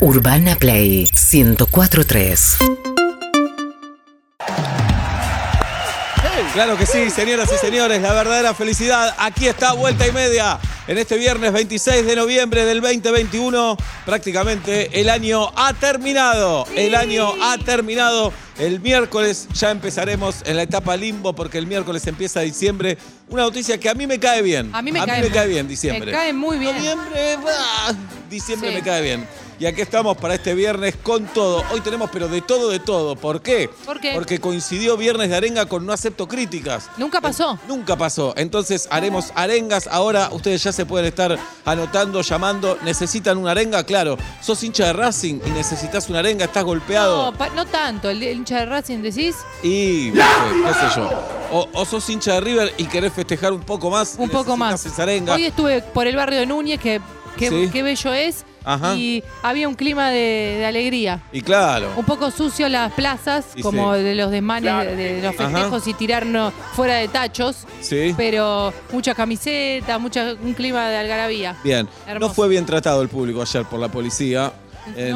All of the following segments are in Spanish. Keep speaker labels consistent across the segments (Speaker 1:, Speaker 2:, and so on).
Speaker 1: Urbana Play 1043.
Speaker 2: Claro que sí, señoras y señores, la verdadera felicidad. Aquí está Vuelta y Media en este viernes 26 de noviembre del 2021. Prácticamente el año ha terminado. El año ha terminado. El miércoles ya empezaremos en la etapa limbo porque el miércoles empieza diciembre. Una noticia que a mí me cae bien.
Speaker 3: A mí me cae muy-
Speaker 2: bien diciembre.
Speaker 3: Me cae muy bien.
Speaker 2: Noviembre, bah, diciembre
Speaker 3: Sí.
Speaker 2: me cae bien. Y aquí estamos para este viernes con todo. Hoy tenemos, pero de todo, de todo. ¿Por qué?
Speaker 3: ¿Por qué?
Speaker 2: Porque coincidió Viernes de Arenga con No Acepto Críticas.
Speaker 3: Nunca pasó.
Speaker 2: Nunca pasó. Entonces haremos arengas. Ahora ustedes ya se pueden estar anotando, llamando. ¿Necesitan una arenga? Claro. Sos hincha de Racing y necesitas una arenga, estás golpeado.
Speaker 3: No, pa- no tanto. El, el hincha de Racing decís
Speaker 2: Y no sé, qué sé yo. O, o sos hincha de River y querés festejar un poco más. y
Speaker 3: un poco más.
Speaker 2: necesitas esa arenga.
Speaker 3: Hoy estuve por el barrio de Núñez, que, que,
Speaker 2: Sí.
Speaker 3: que bello es,
Speaker 2: Ajá.
Speaker 3: y había un clima de, de alegría.
Speaker 2: Y claro.
Speaker 3: Un poco sucio las plazas,
Speaker 2: Y
Speaker 3: como
Speaker 2: sí.
Speaker 3: de los desmanes de, de los
Speaker 2: Ajá.
Speaker 3: festejos y tirarnos fuera de tachos,
Speaker 2: Sí.
Speaker 3: pero mucha camiseta, mucha, un clima de algarabía.
Speaker 2: Bien.
Speaker 3: Hermoso.
Speaker 2: No fue bien tratado el público ayer por la policía. En-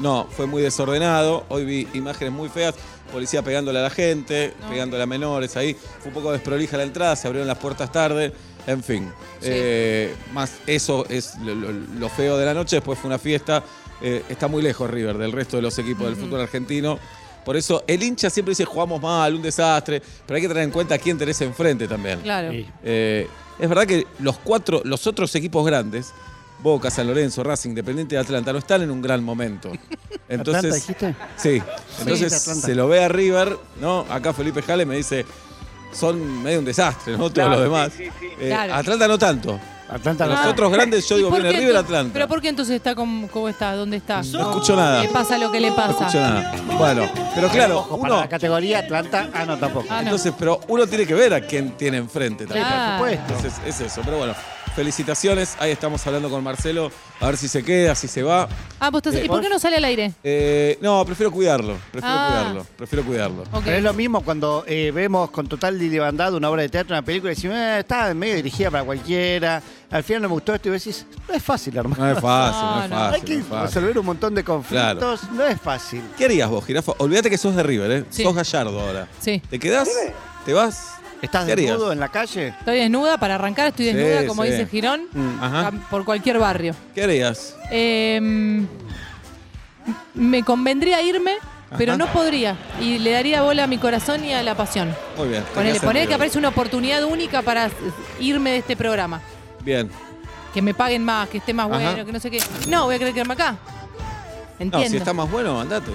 Speaker 3: ¿No?
Speaker 2: no, fue muy desordenado. Hoy vi imágenes muy feas. Policía pegándole a la gente,
Speaker 3: No.
Speaker 2: pegándole a menores ahí. Fue un poco desprolija la entrada, se abrieron las puertas tarde. En fin.
Speaker 3: Sí.
Speaker 2: Eh, más eso es lo, lo- lo feo de la noche. Después fue una fiesta. Eh, está muy lejos River del resto de los equipos del fútbol argentino. Por eso el hincha siempre dice jugamos mal, un desastre. Pero hay que tener en cuenta a quién tenés enfrente también.
Speaker 3: Claro.
Speaker 2: Eh, es verdad que los cuatro, los otros equipos grandes, Boca, San Lorenzo, Racing, Independiente de Atlanta, no están en un gran momento.
Speaker 4: ¿Atlanta
Speaker 2: Entonces,
Speaker 4: dijiste?
Speaker 2: sí, entonces
Speaker 4: de Atlanta.
Speaker 2: se lo ve a River, ¿no? Acá Felipe Jale me dice, son medio un desastre, ¿no? Todos los demás. Eh,
Speaker 3: Claro.
Speaker 2: Atlanta no tanto.
Speaker 4: Atlanta
Speaker 2: Los
Speaker 3: Ah.
Speaker 2: otros grandes, yo
Speaker 3: ¿Y
Speaker 2: digo,
Speaker 3: por
Speaker 2: viene
Speaker 3: qué
Speaker 2: River,
Speaker 3: entonces-
Speaker 2: Atlanta.
Speaker 3: ¿Pero por qué entonces está como, como está? ¿Dónde está?
Speaker 2: No escucho nada.
Speaker 3: Le pasa lo que le
Speaker 2: No
Speaker 3: pasa.
Speaker 2: escucho nada. Bueno, pero claro,
Speaker 4: Ojo, para
Speaker 2: uno,
Speaker 4: la categoría Atlanta, ah, no, tampoco.
Speaker 3: Ah, no. Ah.
Speaker 2: entonces, pero uno tiene que ver a quién tiene enfrente también.
Speaker 3: Claro.
Speaker 4: Por supuesto.
Speaker 2: Entonces, es eso, pero bueno. Felicitaciones, ahí estamos hablando con Marcelo, a ver si se queda, si se va.
Speaker 3: Ah, vos estás- ¿Y por qué no sale al aire?
Speaker 2: Eh, no, prefiero cuidarlo, prefiero
Speaker 3: Ah.
Speaker 2: cuidarlo, prefiero cuidarlo.
Speaker 3: Ok.
Speaker 4: Pero es lo mismo cuando eh, vemos con total dilibandad una obra de teatro, una película, y decimos, eh, está medio dirigida para cualquiera, al final no me gustó esto, y vos decís, no es fácil, hermano.
Speaker 2: No es fácil, no, es
Speaker 3: No, no.
Speaker 2: fácil.
Speaker 4: Hay que
Speaker 2: no es fácil.
Speaker 4: resolver un montón de conflictos, no es fácil.
Speaker 2: ¿Qué harías vos, Jirafa? Olvídate que sos de River, ¿eh?
Speaker 3: Sí.
Speaker 2: Sos gallardo ahora.
Speaker 3: Sí.
Speaker 2: ¿Te quedás? ¿Te vas?
Speaker 4: ¿Estás
Speaker 2: ¿Qué harías?
Speaker 4: desnudo en la calle?
Speaker 3: Estoy desnuda para arrancar, estoy
Speaker 2: Sí,
Speaker 3: desnuda, como
Speaker 2: sí.
Speaker 3: dice Girón,
Speaker 2: Mm, ajá.
Speaker 3: cam- por cualquier barrio.
Speaker 2: ¿Qué harías?
Speaker 3: Em, me convendría irme, pero
Speaker 2: Ajá.
Speaker 3: no podría. Y le daría bola a mi corazón y a la pasión.
Speaker 2: Muy bien. te
Speaker 3: Ponele,
Speaker 2: quedás en
Speaker 3: ponele que
Speaker 2: River.
Speaker 3: aparece una oportunidad única para eh, irme de este programa.
Speaker 2: Bien.
Speaker 3: Que me paguen más, que esté más
Speaker 2: Ajá.
Speaker 3: bueno, que no sé qué. No, voy a querer quedarme acá.
Speaker 2: No,
Speaker 3: Entiendo.
Speaker 2: si está más bueno, andate.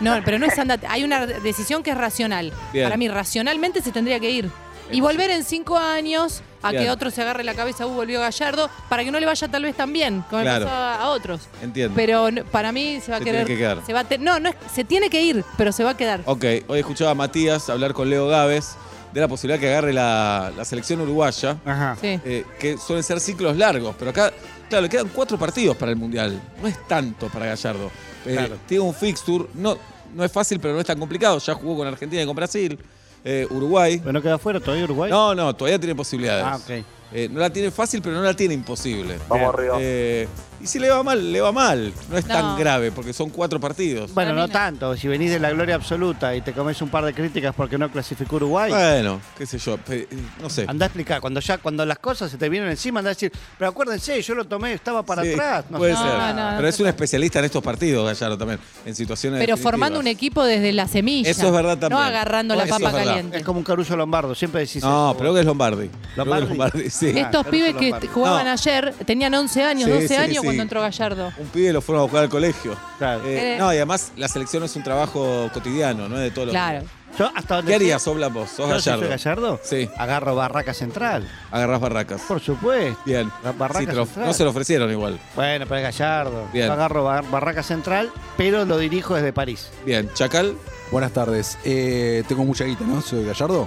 Speaker 3: No, pero no es andate. Hay una decisión que es racional.
Speaker 2: Bien.
Speaker 3: Para mí, racionalmente se tendría que ir. Y
Speaker 2: Bien.
Speaker 3: volver en cinco años a
Speaker 2: Bien.
Speaker 3: que otro se agarre la cabeza, uh, volvió Gallardo, para que no le vaya tal vez tan bien, como le
Speaker 2: Claro.
Speaker 3: pasó a a otros.
Speaker 2: Entiendo.
Speaker 3: Pero no- para mí se va a
Speaker 2: Se
Speaker 3: querer.
Speaker 2: tiene que quedar. Oh,
Speaker 3: Se va a te- no, no es- se tiene que ir, pero se va a quedar.
Speaker 2: Ok, hoy escuchaba a Matías hablar con Leo Gávez de la posibilidad que agarre la, la selección uruguaya,
Speaker 4: Ajá.
Speaker 3: Sí.
Speaker 2: eh, que suelen ser ciclos largos, pero acá, claro, le quedan cuatro partidos para el Mundial, no es tanto para Gallardo. Eh,
Speaker 4: Claro.
Speaker 2: Tiene un fixture, no, no es fácil, pero no es tan complicado, ya jugó con Argentina y con Brasil, eh, Uruguay.
Speaker 4: Pero no queda fuera todavía Uruguay.
Speaker 2: No, no, todavía tiene posibilidades.
Speaker 4: Ah, ok.
Speaker 2: Eh, no la tiene fácil, pero no la tiene imposible.
Speaker 5: Vamos arriba.
Speaker 2: Eh, y si le va mal, le va mal, no es tan
Speaker 3: No.
Speaker 2: grave, porque son cuatro partidos.
Speaker 4: Bueno, no
Speaker 3: Camina.
Speaker 4: tanto. Si venís de la gloria absoluta y te comes un par de críticas porque no clasificó Uruguay,
Speaker 2: Bueno, qué sé yo, pe- eh, no sé.
Speaker 4: Andá a explicar, cuando ya, cuando las cosas se te vienen encima, andá a decir, pero acuérdense, yo lo tomé, estaba para
Speaker 2: Sí,
Speaker 4: atrás. No
Speaker 2: puede
Speaker 4: sé.
Speaker 2: ser.
Speaker 3: No, no, no
Speaker 2: Pero es
Speaker 3: se
Speaker 2: un
Speaker 3: puede.
Speaker 2: especialista en estos partidos, Gallardo, también. En situaciones.
Speaker 3: Pero
Speaker 2: definitivas.
Speaker 3: formando un equipo desde la semilla.
Speaker 2: Eso es verdad
Speaker 3: No
Speaker 2: también.
Speaker 3: agarrando la
Speaker 2: Eso es
Speaker 3: papa
Speaker 2: verdad.
Speaker 3: caliente.
Speaker 4: Es como un Caruso Lombardo, siempre decís
Speaker 2: No,
Speaker 4: eso.
Speaker 2: pero que es Lombardi. Creo que es
Speaker 4: ¿Lombardi?
Speaker 2: Lombardi, sí.
Speaker 4: Ah,
Speaker 3: Estos
Speaker 4: Caruso
Speaker 3: pibes que
Speaker 4: Lombardi.
Speaker 3: jugaban
Speaker 2: No.
Speaker 3: ayer tenían 11 años,
Speaker 2: Sí,
Speaker 3: 12
Speaker 2: sí,
Speaker 3: años
Speaker 2: sí.
Speaker 3: cuando entró Gallardo.
Speaker 2: Un pibe lo fueron a buscar al colegio.
Speaker 4: Claro.
Speaker 2: Eh,
Speaker 3: Eh.
Speaker 2: no, y además la selección es un trabajo cotidiano, no es de todos los
Speaker 3: Claro.
Speaker 4: Yo hasta donde
Speaker 2: ¿Qué
Speaker 4: sé-
Speaker 2: harías, Obla, vos? Sos
Speaker 4: Yo, si
Speaker 2: Gallardo.
Speaker 4: soy Gallardo?
Speaker 2: Sí.
Speaker 4: Agarro Barraca Central,
Speaker 2: Agarrás barracas.
Speaker 4: por supuesto.
Speaker 2: Bien.
Speaker 4: La barraca
Speaker 2: Sí, te lo-
Speaker 4: central.
Speaker 2: no se lo ofrecieron igual.
Speaker 4: Bueno, pero es Gallardo.
Speaker 2: Bien.
Speaker 4: Yo agarro Bar- Barraca Central, pero lo dirijo desde París.
Speaker 2: Bien, Chacal.
Speaker 6: Buenas tardes. Eh, tengo mucha guita, ¿no? Soy Gallardo.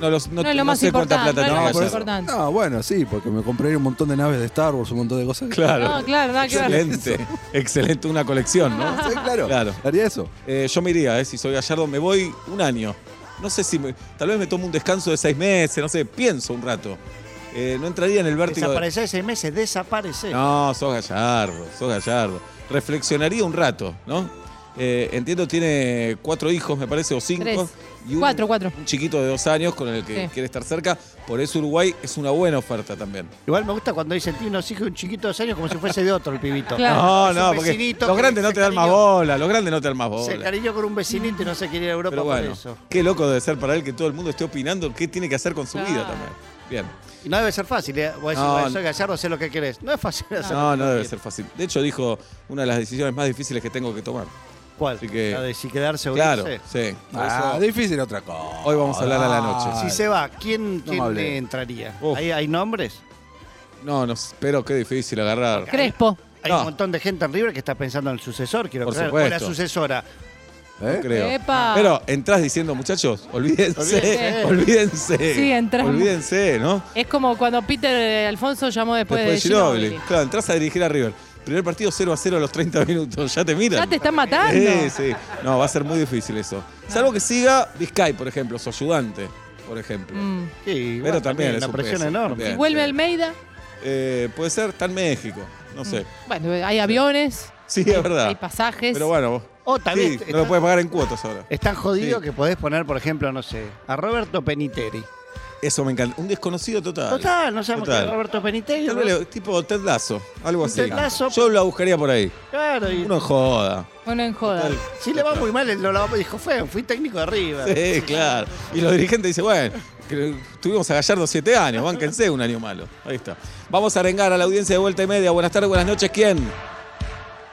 Speaker 2: No, los, no,
Speaker 3: No es lo
Speaker 2: no
Speaker 3: más
Speaker 2: sé cuánta
Speaker 3: importante,
Speaker 2: plata
Speaker 3: no es lo
Speaker 2: tiene
Speaker 3: más
Speaker 2: Gallardo.
Speaker 3: importante.
Speaker 6: No, bueno, sí, porque me compré un montón de naves de Star Wars, un montón de cosas.
Speaker 2: Claro.
Speaker 3: No, claro, nada que ver.
Speaker 2: Excelente. Excelente. Una colección, ¿no?
Speaker 6: Sí, claro.
Speaker 2: Claro.
Speaker 6: Haría eso.
Speaker 2: Eh, yo me iría, eh, si soy gallardo, me voy un año. No sé si. me- tal vez me tomo un descanso de seis meses, no sé, pienso un rato. Eh, no entraría en el vértigo. de-
Speaker 4: Desaparecés seis meses, desaparecés.
Speaker 2: No, sos gallardo, sos gallardo. reflexionaría un rato, ¿no? Eh, entiendo tiene cuatro hijos, me parece, o cinco.
Speaker 3: Tres.
Speaker 2: un-
Speaker 3: Cuatro, cuatro.
Speaker 2: Un chiquito de dos años con el que
Speaker 3: Sí.
Speaker 2: quiere estar cerca. Por eso Uruguay es una buena oferta también.
Speaker 4: Igual me gusta cuando dicen tiene unos hijos y un chiquito de dos años como si fuese de otro el pibito.
Speaker 3: Claro.
Speaker 2: No,
Speaker 4: Es un
Speaker 2: no, porque
Speaker 4: vecinito
Speaker 2: los
Speaker 4: que
Speaker 2: grandes no
Speaker 4: se
Speaker 2: te dan más
Speaker 4: cariñó-
Speaker 2: bola, los grandes no te dan más
Speaker 4: Se
Speaker 2: bola.
Speaker 4: cariñó con un vecinito y no se quiere ir a Europa
Speaker 2: Pero
Speaker 4: por
Speaker 2: bueno,
Speaker 4: eso.
Speaker 2: qué loco debe ser para él que todo el mundo esté opinando qué tiene que hacer con su
Speaker 3: Claro.
Speaker 2: vida también. Bien.
Speaker 4: Y no debe ser fácil. ¿eh? Vos decís,
Speaker 2: No,
Speaker 4: bueno,
Speaker 2: no.
Speaker 4: soy gallardo, sé lo que querés. No es fácil hacer.
Speaker 2: No, no debe ser fácil. De hecho, dijo una de las decisiones más difíciles que tengo que tomar.
Speaker 4: ¿Cuál?
Speaker 2: Así que-
Speaker 4: La de si quedarse o
Speaker 2: Claro,
Speaker 4: irse.
Speaker 2: sí. Por
Speaker 6: Ah,
Speaker 2: eso-
Speaker 6: difícil otra cosa.
Speaker 2: Hoy vamos a hablar a la noche.
Speaker 4: Si se va, ¿quién, quién
Speaker 6: me hablé.
Speaker 4: le entraría?
Speaker 2: Uf.
Speaker 4: ¿Hay, hay nombres?
Speaker 2: No, no, sé, pero qué difícil agarrar.
Speaker 3: Crespo.
Speaker 4: Hay
Speaker 2: No.
Speaker 4: un montón de gente en River que está pensando en el sucesor, quiero
Speaker 2: Por
Speaker 4: creer. O la
Speaker 2: supuesto.
Speaker 4: sucesora.
Speaker 2: No
Speaker 6: ¿Eh?
Speaker 2: creo.
Speaker 3: Epa.
Speaker 2: Pero entras diciendo, muchachos, olvídense,
Speaker 3: Olvídense.
Speaker 2: olvídense.
Speaker 3: Sí, entramos.
Speaker 2: Olvídense, ¿no?
Speaker 3: Es como cuando Peter eh, Alfonso llamó después,
Speaker 2: Después de
Speaker 3: de Ginóbili.
Speaker 2: Ginóbili. Claro, entras a dirigir a River. Primer partido 0 a 0 a los 30 minutos. Ya te miran.
Speaker 3: Ya te están matando.
Speaker 2: Sí, sí. No, va a ser muy difícil eso. Salvo que siga Vizcay, por ejemplo, su ayudante, por ejemplo.
Speaker 3: Mm.
Speaker 4: Sí,
Speaker 2: Pero
Speaker 4: bueno,
Speaker 2: también es
Speaker 4: una
Speaker 2: un
Speaker 4: presión
Speaker 2: peso.
Speaker 4: enorme.
Speaker 2: Bien,
Speaker 3: Vuelve
Speaker 2: sí.
Speaker 3: Almeida.
Speaker 2: Eh, puede ser, está en México. No sé.
Speaker 3: Bueno, hay aviones,
Speaker 2: Sí, es verdad.
Speaker 3: hay pasajes.
Speaker 2: Ah. Pero bueno, vos-
Speaker 4: O también
Speaker 2: sí,
Speaker 4: está-
Speaker 2: no lo puedes pagar en cuotas ahora.
Speaker 4: Es tan jodido
Speaker 2: Sí.
Speaker 4: que podés poner, por ejemplo, no sé, a Roberto Peniteri.
Speaker 2: Eso me encanta. Un desconocido total.
Speaker 4: Total, no sabemos que
Speaker 2: Total.
Speaker 4: es Roberto Peniteri.
Speaker 2: Tal vez le- tipo Ted Lazo, algo
Speaker 4: Un
Speaker 2: así.
Speaker 4: Ted Lazo.
Speaker 2: Yo la buscaría por ahí.
Speaker 4: Claro, y
Speaker 2: Uno joda.
Speaker 3: Bueno, en joda.
Speaker 2: Tal-
Speaker 4: si le va muy mal, él no la dijo, fue, fui técnico de River.
Speaker 2: Sí, claro. Y los dirigentes dicen, bueno, que tuvimos a Gallardo siete años, bánquense un año malo. Ahí está. Vamos a arengar a la audiencia de vuelta y media. Buenas tardes, buenas noches. ¿Quién?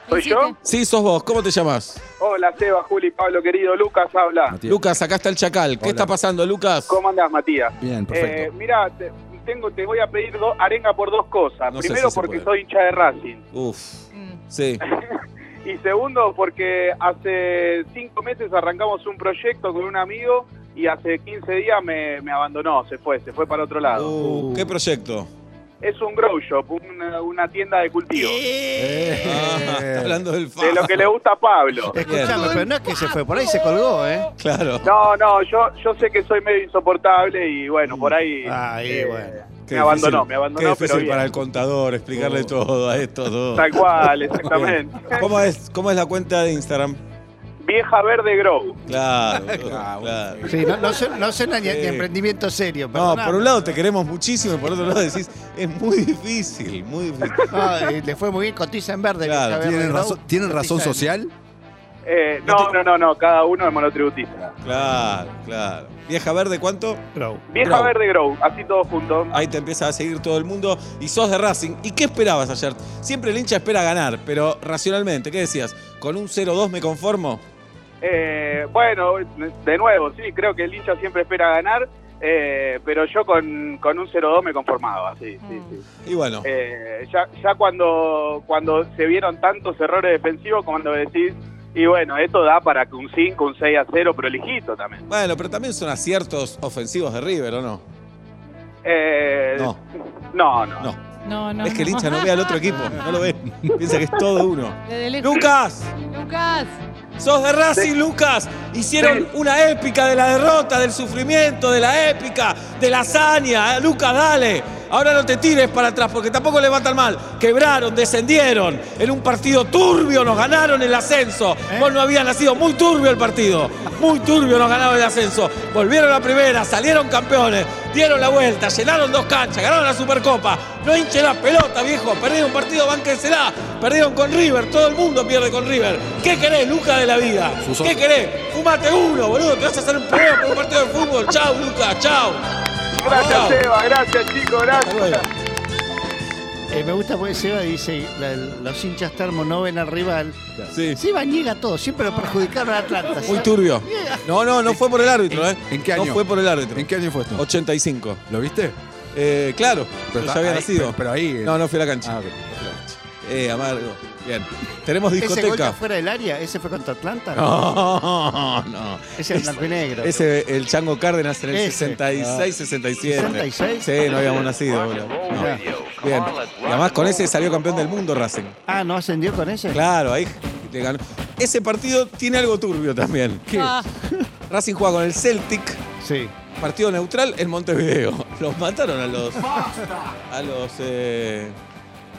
Speaker 5: ¿Soy yo?
Speaker 2: Sí, sos vos. ¿Cómo te llamas?
Speaker 5: Hola, Seba, Juli, Pablo, querido. Lucas habla.
Speaker 6: Matías.
Speaker 2: Lucas, acá está el Chacal. ¿Qué
Speaker 6: Hola.
Speaker 2: está pasando, Lucas?
Speaker 5: ¿Cómo andas, Matías?
Speaker 6: Bien,
Speaker 5: Eh,
Speaker 6: perfecto.
Speaker 5: mira, te, tengo, te voy a pedir do- arenga por dos cosas.
Speaker 2: No sé
Speaker 5: Primero,
Speaker 2: si se
Speaker 5: porque
Speaker 2: puede.
Speaker 5: soy hincha de Racing.
Speaker 2: Uf.
Speaker 3: Mm.
Speaker 2: Sí.
Speaker 5: Y segundo, porque hace cinco meses arrancamos un proyecto con un amigo y hace 15 días me, me abandonó, se fue, se fue para otro lado.
Speaker 2: Uh, ¿Qué proyecto?
Speaker 5: Es un grow shop, una, una tienda de cultivo.
Speaker 6: Eh.
Speaker 2: Ah, está hablando del fa.
Speaker 5: De lo que le gusta a Pablo.
Speaker 4: Escuchame, pero no es que se fue, por ahí se colgó, ¿eh?
Speaker 2: Claro.
Speaker 5: No, no, yo, yo sé que soy medio insoportable y bueno, por ahí. eh,
Speaker 4: Ay, bueno.
Speaker 2: Qué
Speaker 5: Me abandonó,
Speaker 2: difícil.
Speaker 5: me
Speaker 2: Qué
Speaker 5: abandonó,
Speaker 2: difícil
Speaker 5: pero bien. Uh.
Speaker 2: para el contador explicarle todo a estos dos.
Speaker 5: Tal cual, exactamente.
Speaker 2: ¿Cómo es, ¿Cómo es la cuenta de Instagram?
Speaker 5: Vieja Verde Grow.
Speaker 2: Claro, claro.
Speaker 4: Sí, no, no suena, no suena ni, a- ni a
Speaker 2: Sí.
Speaker 4: emprendimiento serio.
Speaker 2: No,
Speaker 4: perdoname.
Speaker 2: por un lado te queremos muchísimo y por otro lado decís, es muy difícil, muy difícil.
Speaker 4: No, eh, le fue muy bien, cotiza en verde.
Speaker 2: Claro,
Speaker 4: que sabe
Speaker 6: ¿Tienen
Speaker 4: Verde
Speaker 6: razón,
Speaker 4: Grow,
Speaker 6: ¿tienen razón
Speaker 4: cotiza en-
Speaker 6: social?
Speaker 5: Eh, no, no, no, no, cada uno es monotributista.
Speaker 2: Claro, claro. Vieja Verde, ¿cuánto?
Speaker 4: Grow.
Speaker 5: Vieja
Speaker 2: Grow.
Speaker 5: Verde Grow, así todos juntos.
Speaker 2: Ahí te empieza a seguir todo el mundo y sos de Racing. ¿Y qué esperabas ayer? Siempre el hincha espera ganar, pero racionalmente, ¿qué decías? ¿Con un 0-2 me conformo?
Speaker 5: Eh, bueno, de nuevo, sí, creo que el hincha siempre espera ganar, eh, pero yo con, con un 0-2 me conformaba, sí, sí, sí.
Speaker 2: Y bueno,
Speaker 5: Eh, ya ya cuando, cuando se vieron tantos errores defensivos, cuando decís, y bueno, esto da para que un 5, un 6 a 0 prolijito también.
Speaker 2: bueno, pero también son aciertos ofensivos de River, ¿o no?
Speaker 5: Eh,
Speaker 2: No,
Speaker 5: no, no.
Speaker 2: no.
Speaker 3: No, no.
Speaker 2: Es que el
Speaker 3: no.
Speaker 2: hincha no ve al otro equipo, no lo ve. Piensa que es todo uno.
Speaker 3: Desde lejos.
Speaker 2: ¡Lucas!
Speaker 3: Lucas.
Speaker 2: Sos de Racing, Lucas. Hicieron
Speaker 5: Sí.
Speaker 2: una épica de la derrota, del sufrimiento, de la épica, de la hazaña. Eh, Lucas, dale. Ahora no te tires para atrás porque tampoco le va tan mal. Quebraron, descendieron. En un partido turbio nos ganaron el ascenso. Vos no habías nacido. Muy turbio el partido. Muy turbio nos ganaron el ascenso. Volvieron a primera, salieron campeones. Dieron la vuelta, llenaron dos canchas, ganaron la Supercopa. No hinchen la pelota, viejo. Perdieron un partido, bánquensela. Perdieron con River. Todo el mundo pierde con River. ¿Qué querés, Lucas de la vida?
Speaker 6: Suso.
Speaker 2: ¿Qué querés? Fumate uno, boludo. Te vas a hacer un problema por un partido de fútbol. Chau, Lucas, chau.
Speaker 5: Gracias,
Speaker 2: Chau.
Speaker 5: Seba, gracias, chicos,
Speaker 2: Hasta luego.
Speaker 5: gracias.
Speaker 4: Eh, me gusta porque Seba dice, la- los hinchas termo no ven al rival.
Speaker 2: Sí.
Speaker 4: Seba niega todo, siempre lo perjudicaron a Atlanta.
Speaker 2: Muy
Speaker 4: ¿sabes?
Speaker 2: turbio. No, no, no fue por el árbitro, ¿eh?
Speaker 6: ¿En qué año?
Speaker 2: No fue por el árbitro.
Speaker 6: ¿En qué año fue esto?
Speaker 2: 85.
Speaker 6: ¿Lo viste?
Speaker 2: Eh, claro, yo
Speaker 6: Pero está-
Speaker 2: ya había
Speaker 6: ahí-
Speaker 2: nacido.
Speaker 6: pero- pero ahí-
Speaker 2: No, no fui a la cancha.
Speaker 6: Ah, ok.
Speaker 2: Eh, amargo. Bien. Tenemos
Speaker 4: Ese gol de
Speaker 2: discoteca.
Speaker 4: afuera del área, ese fue contra Atlanta.
Speaker 2: No, no.
Speaker 4: Ese es blanco y negro.
Speaker 2: Ese, el Chango Cárdenas en el
Speaker 4: Ese. Ah.
Speaker 2: 66, 67.
Speaker 4: 66.
Speaker 2: Sí, no habíamos nacido. boludo. No. Bien. Y además con ese salió campeón del mundo Racing.
Speaker 4: Ah, ¿no ascendió con ese?
Speaker 2: Claro, ahí le ganó. Ese partido tiene algo turbio también.
Speaker 3: Ah,
Speaker 2: Racing juega con el Celtic,
Speaker 4: Sí.
Speaker 2: partido neutral en Montevideo. Los mataron a los. a los eh,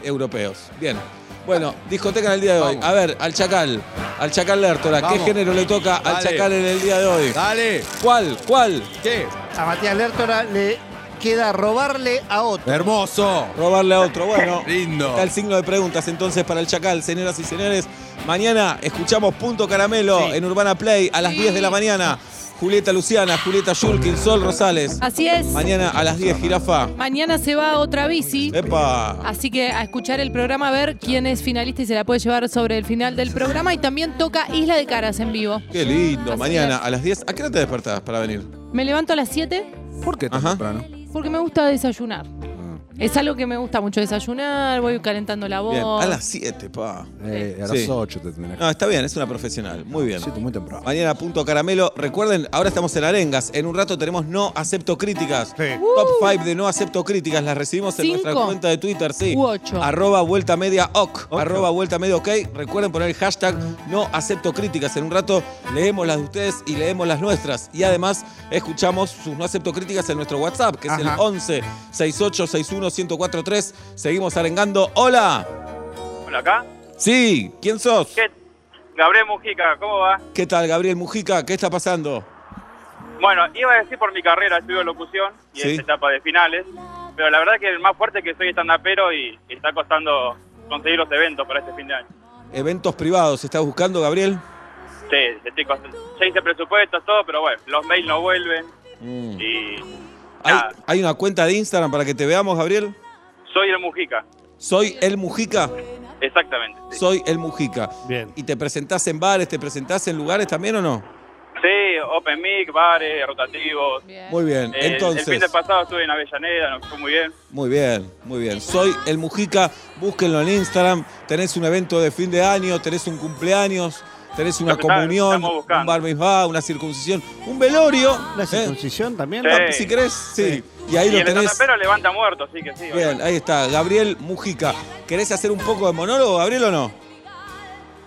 Speaker 2: europeos. Bien. Bueno, discoteca en el día de hoy.
Speaker 6: Vamos.
Speaker 2: A ver, al Chacal. Al Chacal Lertora. ¿Qué
Speaker 6: Vamos.
Speaker 2: género le toca al
Speaker 6: Dale.
Speaker 2: Chacal en el día de hoy?
Speaker 6: Dale.
Speaker 2: ¿Cuál? ¿Cuál?
Speaker 6: ¿Qué?
Speaker 4: A Matías Lertora le queda robarle a otro.
Speaker 6: Hermoso.
Speaker 2: Robarle a otro. Bueno,
Speaker 6: Lindo.
Speaker 2: está el signo de preguntas entonces para el Chacal, señoras y señores. Mañana escuchamos Punto Caramelo en Urbana Play a las
Speaker 3: Sí.
Speaker 2: 10 de la mañana. Julieta Luciana, Julieta Yulkin, Sol Rosales.
Speaker 3: Así es.
Speaker 2: Mañana a las 10, jirafa.
Speaker 3: Mañana se va otra bici.
Speaker 2: ¡Epa!
Speaker 3: Así que a escuchar el programa, a ver quién es finalista y se la puede llevar sobre el final del programa. Y también toca Isla de Caras en vivo.
Speaker 2: ¡Qué lindo!
Speaker 3: Así
Speaker 2: Mañana
Speaker 3: es.
Speaker 2: a las 10. ¿A qué hora te despertás para venir?
Speaker 3: Me levanto a las 7
Speaker 6: ¿Por qué tan
Speaker 2: Ajá.
Speaker 6: temprano?
Speaker 3: porque me gusta desayunar.
Speaker 2: Ah.
Speaker 3: Es algo que me gusta mucho desayunar, voy calentando la voz.
Speaker 2: Bien, a las 7, pa.
Speaker 6: Eh, a
Speaker 2: Sí.
Speaker 6: las 8 te tenés que.
Speaker 2: No, está bien, es una profesional. Muy bien.
Speaker 6: Siete, muy temprano.
Speaker 2: Mañana punto caramelo. Recuerden, ahora estamos en arengas. En un rato tenemos no acepto críticas.
Speaker 4: Sí.
Speaker 2: Top 5 de no acepto críticas. Las recibimos en nuestra
Speaker 3: Uh. Cinco.
Speaker 2: cuenta de Twitter, sí.
Speaker 3: U ocho.
Speaker 2: Arroba vuelta media ok. Arroba vuelta media ok. Recuerden poner el hashtag no acepto críticas. En un rato leemos las de ustedes y leemos las nuestras. Y además escuchamos sus no acepto críticas en nuestro WhatsApp, que es el
Speaker 4: Ajá.
Speaker 2: 11 68 61 1043. Seguimos arengando. Hola.
Speaker 5: Hola, acá.
Speaker 2: Sí, ¿quién sos?
Speaker 5: ¿Qué? Gabriel Mujica, ¿cómo va?
Speaker 2: ¿Qué tal, Gabriel Mujica? ¿Qué está pasando?
Speaker 5: Bueno, iba a decir por mi carrera, estudio locución y
Speaker 2: Sí.
Speaker 5: es etapa de finales, pero la verdad que el más fuerte que soy stand-upero y está costando conseguir los eventos para este fin de año.
Speaker 2: Eventos privados, ¿estás buscando, Gabriel?
Speaker 5: Sí, estoy cost- ya hice presupuestos, todo, pero bueno, los mails no vuelven
Speaker 2: Mm.
Speaker 5: y
Speaker 2: ¿Hay,
Speaker 5: nada,
Speaker 2: hay una cuenta de Instagram para que te veamos, Gabriel?
Speaker 5: soy el Mujica,
Speaker 2: Soy el Mujica.
Speaker 5: exactamente. sí.
Speaker 2: Soy el Mujica.
Speaker 4: Bien.
Speaker 2: ¿Y te presentás en bares, te presentás en lugares también o no?
Speaker 5: Sí, open mic, bares, rotativos.
Speaker 3: Bien.
Speaker 2: Muy bien,
Speaker 5: Eh,
Speaker 2: entonces.
Speaker 5: El fin de pasado estuve en Avellaneda, nos fue muy bien.
Speaker 2: Muy bien, muy bien. Soy el Mujica, búsquenlo en Instagram. Tenés un evento de fin de año, tenés un cumpleaños, tenés una
Speaker 5: Lo que está-
Speaker 2: comunión,
Speaker 5: estamos buscando.
Speaker 2: un bar mitzvah, una circuncisión, un velorio.
Speaker 4: La
Speaker 2: ¿eh?
Speaker 4: circuncisión también.
Speaker 5: Sí.
Speaker 4: ¿no?
Speaker 2: Si querés, sí. Y ahí
Speaker 5: y
Speaker 2: lo
Speaker 5: el
Speaker 2: tenés.
Speaker 5: stand-upero levanta muertos, así que sí.
Speaker 2: Bien, ahí está, Gabriel Mujica. ¿Querés hacer un poco de monólogo, Gabriel, o no?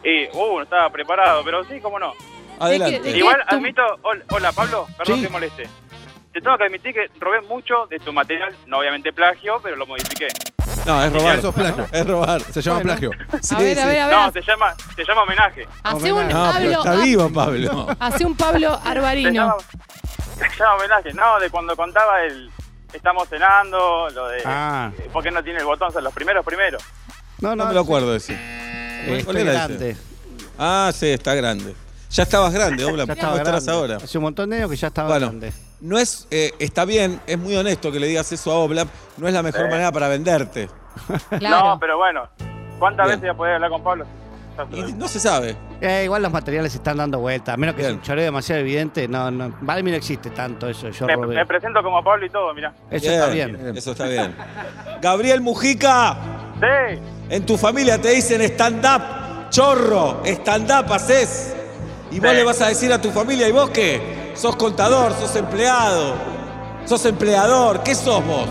Speaker 5: Y, uh, no estaba preparado, pero sí, cómo no.
Speaker 2: Adelante.
Speaker 3: de qué-
Speaker 5: Igual
Speaker 3: tu-
Speaker 5: admito, hol- hola Pablo, perdón
Speaker 4: Sí.
Speaker 5: que moleste. Te tengo que admitir que robé mucho de tu material, no obviamente plagio, pero lo modifiqué.
Speaker 2: No, es robar.
Speaker 6: Eso es plagio.
Speaker 2: Es robar.
Speaker 6: Se llama plagio.
Speaker 3: a ver, a ver, a ver.
Speaker 5: No, se llama, se llama homenaje.
Speaker 3: Hace
Speaker 2: No,
Speaker 3: un
Speaker 2: pero
Speaker 3: Pablo,
Speaker 2: está
Speaker 3: ah,
Speaker 2: vivo, Pablo.
Speaker 3: hace un Pablo
Speaker 5: Se llama,
Speaker 3: Arbarino.
Speaker 5: se llama homenaje, no, de cuando contaba el estamos cenando, lo de
Speaker 4: Ah.
Speaker 5: eh, ¿por qué no tiene el botón? Son los primeros primeros.
Speaker 4: No,
Speaker 2: No me lo acuerdo de ese.
Speaker 4: eh,
Speaker 2: ¿Cuál
Speaker 4: estoy
Speaker 2: era ese?
Speaker 4: grande.
Speaker 2: Ah, sí, está grande. Ya estabas grande, Obla.
Speaker 4: Ya
Speaker 2: ¿Cómo
Speaker 4: estaba
Speaker 2: estarás
Speaker 4: grande.
Speaker 2: ahora?
Speaker 4: Hace un montón de años que ya estaba
Speaker 2: Bueno,
Speaker 4: grande.
Speaker 2: no es, eh, está bien, es muy honesto que le digas eso a Oblap, no es la mejor
Speaker 5: Sí.
Speaker 2: manera para venderte.
Speaker 3: Claro.
Speaker 5: No, pero bueno, ¿cuántas
Speaker 2: Bien.
Speaker 5: veces voy a poder hablar con Pablo? Ya
Speaker 2: Y
Speaker 5: está.
Speaker 2: no se sabe.
Speaker 4: Eh, igual los materiales se están dando vuelta, a menos que
Speaker 2: Bien.
Speaker 4: sea un choreo demasiado evidente. No, no, para mí no existe tanto eso. Yo
Speaker 5: Me,
Speaker 4: robé.
Speaker 5: me presento como Pablo y todo, mirá.
Speaker 4: eso está bien.
Speaker 2: Eso está bien. Gabriel Mujica,
Speaker 5: Sí,
Speaker 2: en tu familia te dicen stand-up, chorro, stand-up haces. Y vos
Speaker 5: Sí.
Speaker 2: le vas a decir a tu familia, ¿y vos qué? Sos contador, sos empleado, sos empleador, ¿qué sos vos?